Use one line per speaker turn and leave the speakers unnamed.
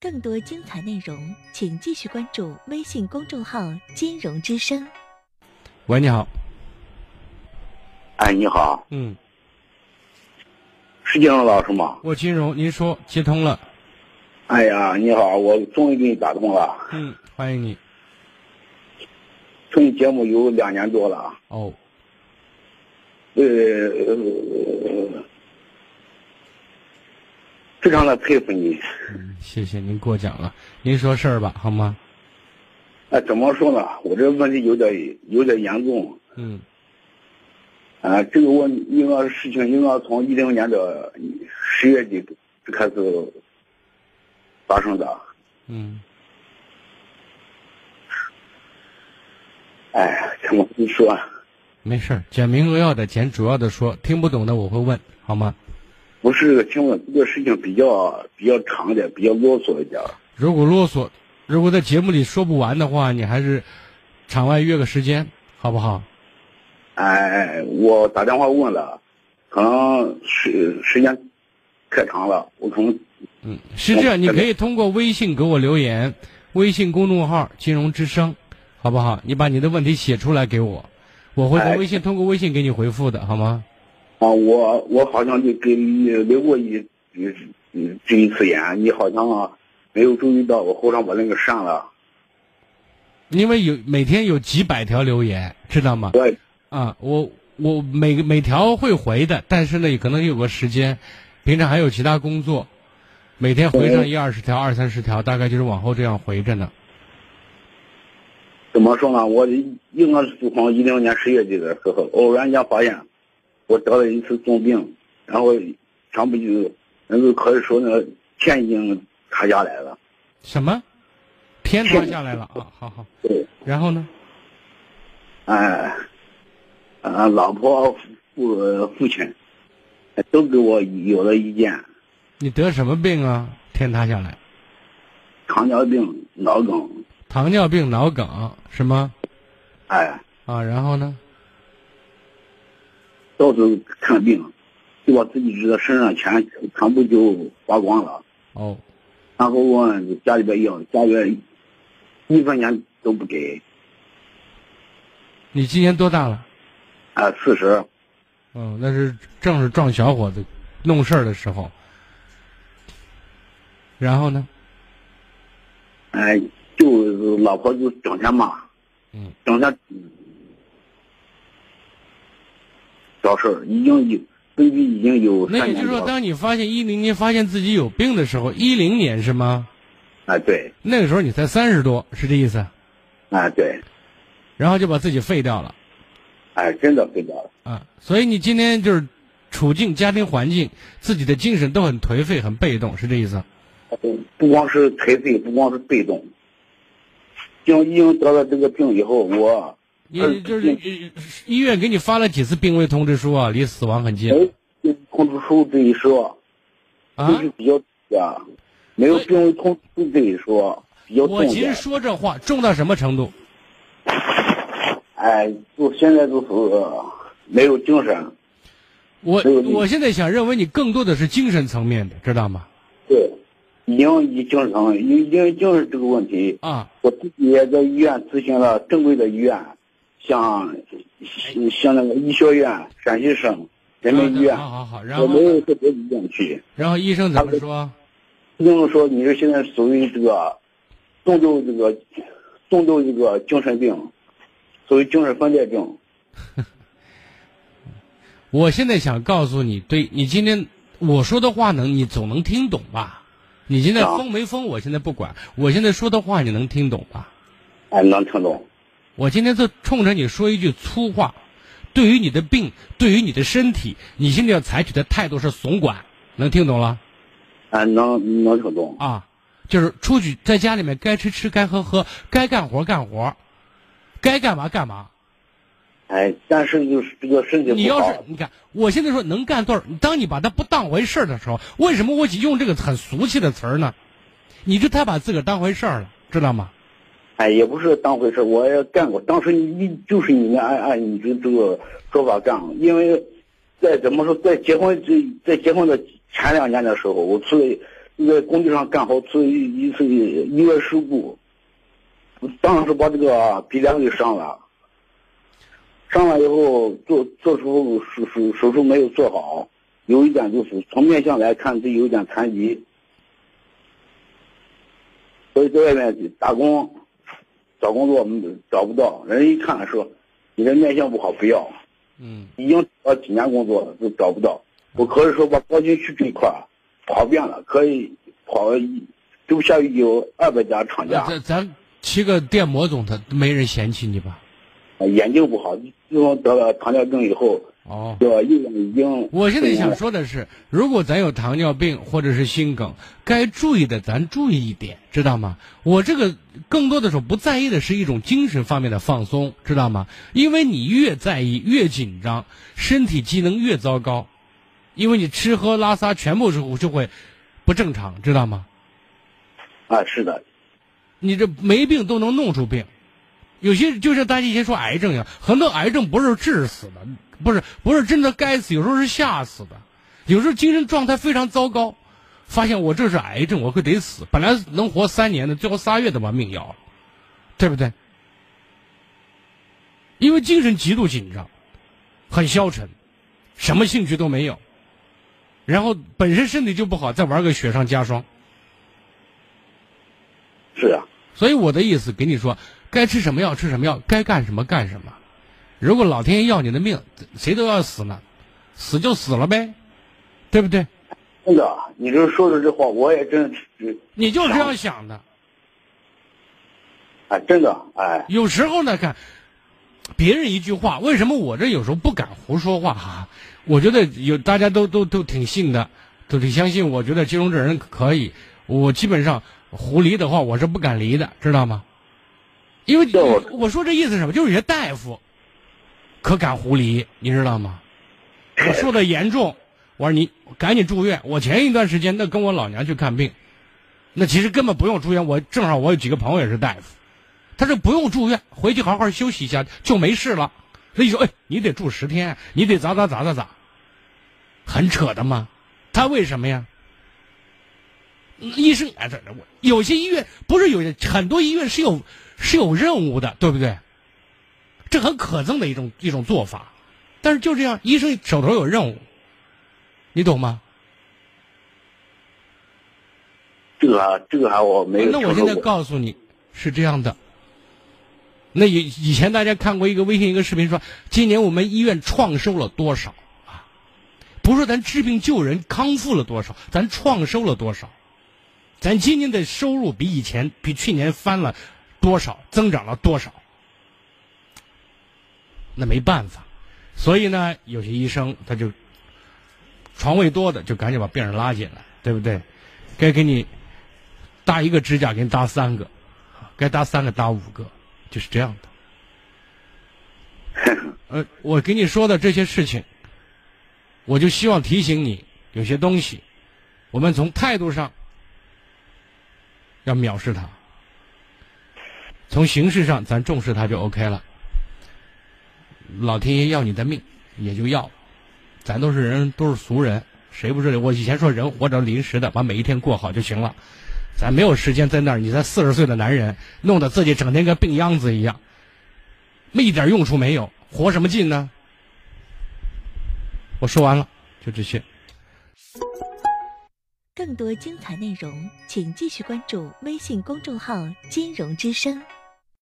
更多精彩内容，请继续关注微信公众号“金融之声
喂，你好。
哎，你好，
嗯，
是金融老师吗？
我金融，您说接通了。
哎呀，你好，我终于给你打通了，
嗯，欢迎你。
听你节目有两年多了啊。
哦，
呃，呃非常的佩服你。
嗯谢谢您过奖了。您说事儿吧，好吗？
啊，怎么说呢？我这问题有点有点严重
嗯
啊。这个问应该事情应该从一零年的十月底就开始发生的。
嗯，
哎，怎么跟你说？
没事儿，简明扼要的，简主要的说，听不懂的我会问，好吗？
不是这个听问，这个事情比较比较长一点，比较啰嗦一点。
如果啰嗦，如果在节目里说不完的话，你还是场外约个时间，好不好？
哎，我打电话问了，可能时时间太长了，我可能
嗯，是这样，你可以通过微信给我留言，微信公众号“金融之声”，好不好？你把你的问题写出来给我，我会在
哎
微信通过微信给你回复的，好吗？
啊，我我好像就给你留过一一一这一次言，你好像、啊、没有注意到我后上把那个删了。
因为有每天有几百条留言，知道吗？
对，
啊，我我每每条会回的，但是呢，可能有个时间，平常还有其他工作，每天回上
嗯
一二十条、二三十条，大概就是往后这样回着呢。
怎么说呢？我应该是从一零年十月底的时候，偶然间发现我得了一次重病，然后全部就能够可以说呢，天已经塌下来了。
什么？天塌下来了啊！好好，
对。
然后呢？
哎，呃，老婆、父呃父亲，呃都给我有了意见，
你得什么病啊？天塌下来，
糖尿病、脑梗，
糖尿病、脑梗是吗？
哎，
啊，然后呢？
到处看病，就把自己的身上钱全部就花光了，
哦，
然后问家里边要，家里边一分钱都不给，
你今年多大了？
啊、四十，
嗯，那是正是撞小伙子弄事儿的时候。然后呢？
哎，就是老婆就整天骂，
嗯，
整天嗯找事儿，已经有规矩已经有
那
三
也
年
就是
多
说，
了。
当你发现一零年发现自己有病的时候，一零年是吗？
啊，对，
那个时候你才三十多，是这意思？
啊，对，
然后就把自己废掉了
哎，真的睡着了。
啊！所以你今天就是处境、家庭环境、自己的精神都很颓废、很被动，是这意思？
不不光是颓废，不光是被动。因为因为得了这个病以后，我
你就是呃医院给你发了几次病危通知书啊？离死亡很近
哎，就通知书这一说，
啊
就！是比较啊，没有
所以
病危通知书这一说，比较重
我其实
点。
说这话重到什么程度？
哎，就现在就是呃没有精神。
我
所以你
我现在想认为你更多的是精神层面的，知道吗？
对，已经已经精神，因因为精神这个问题，
啊，
我自己也在医院咨询了正规的医院，像像那个医学院、陕西省人民医院。
啊好好好，然
我
后
没有特别医院去，
然后医生怎么说？
医生说你这现在属于这个重度这个重度这个精神病，属于精神分裂病。
我现在想告诉你，对你今天我说的话能，你总能听懂吧？你现在
啊
疯没疯？我现在不管，我现在说的话你能听懂吧？
哎，能听懂？
我今天就冲着你说一句粗话，对于你的病，对于你的身体，你现在要采取的态度是怂管，能听懂了
哎，能能听懂？
啊？就是出去在家里面该吃吃，该喝喝，该干活干活，该干嘛干嘛。
哎，但是就是这个身体
你
不
要
好
是，你看，我现在说能干多少，当你把它不当回事儿的时候，为什么我用这个很俗气的词儿呢？你就太把自个儿当回事儿了，知道吗？
哎，也不是当回事。我也干过，当时你就是你们按按你这这个说法干，因为在怎么说，在结婚这在结婚的前两年的时候，我出了在工地上干好出一次意外事故，当时把这个鼻梁给伤了，伤了以后做做出手术手术没有做好，有一点就是从面相来看这有一点残疾，所以在外面打工找工作嗯找不到，人家一看说你这面相不好，不要。
嗯
已经找了几年工作了，都找不到。我可是说把高新区这一块儿跑遍了，可以跑了一，都下雨有二百家厂家，
咱咱骑个电摩总，他没人嫌弃你吧？
呃眼睛不好，自从得了糖尿病以后，
哦，
对吧？右眼已经
我现在
不行
想
了
说的是，如果咱有糖尿病或者是心梗，该注意的咱注意一点，知道吗？我这个更多的时候不在意的是一种精神方面的放松，知道吗？因为你越在意越紧张，身体机能越糟糕，因为你吃喝拉撒全部是就会不正常，知道吗？
啊，是的，
你这没病都能弄出病，有些就是大家以前说癌症一样，很多癌症不是致死的，不是不是真的该死，有时候是吓死的，有时候精神状态非常糟糕，发现我这是癌症，我会得死，本来能活三年的，最后仨月都把命要了，对不对？因为精神极度紧张，很消沉，什么兴趣都没有，然后本身身体就不好，再玩个雪上加霜。
是啊，
所以我的意思给你说，该吃什么药吃什么药，该干什么干什么。如果老天爷要你的命，谁都要死呢，死就死了呗，对不对？
真的，你这说的这话，我也真是，
你就是这样想的。
哎，真的，哎，
有时候呢，看别人一句话，为什么我这有时候不敢胡说话哈、我觉得有大家都都都挺信的，都挺相信。我觉得金融这人可以，我基本上胡离的话，我是不敢离的，知道吗？因为
这我
我说这意思是什么？就是有些大夫可敢胡离，你知道吗？我说的严重，我说你赶紧住院。我前一段时间那跟我老娘去看病，那其实根本不用住院。我正好我有几个朋友也是大夫，他说不用住院，回去好好休息一下就没事了。那你说，哎，你得住十天，你得咋咋咋咋咋，很扯的嘛。他为什么呀？医生，哎，这我有些医院不是有些很多医院是有是有任务的，对不对？这很可憎的一种一种做法，但是就这样，医生手头有任务，你懂吗？
这个还这个还我没有
啊那
听
我现
说
在
过，
告诉你是这样的。那以以前大家看过一个微信一个视频说，今年我们医院创收了多少啊？不是说咱治病救人康复了多少，咱创收了多少？咱今年的收入比以前比去年翻了多少，增长了多少？那没办法，所以呢，有些医生他就床位多的就赶紧把病人拉进来，对不对？该给你搭一个指甲给你搭三个，该搭三个搭五个，就是这样的。呃，我给你说的这些事情，我就希望提醒你，有些东西，我们从态度上要藐视它，从形式上咱重视它就 OK 了。老天爷要你的命，也就要了咱都是人，都是俗人，谁不是？我以前说人活着临时的，把每一天过好就行了。咱没有时间在那儿，你才四十岁的男人，弄得自己整天跟病秧子一样，那一点用处没有，活什么劲呢？我说完了，就这些。
更多精彩内容，请继续关注微信公众号“金融之声”。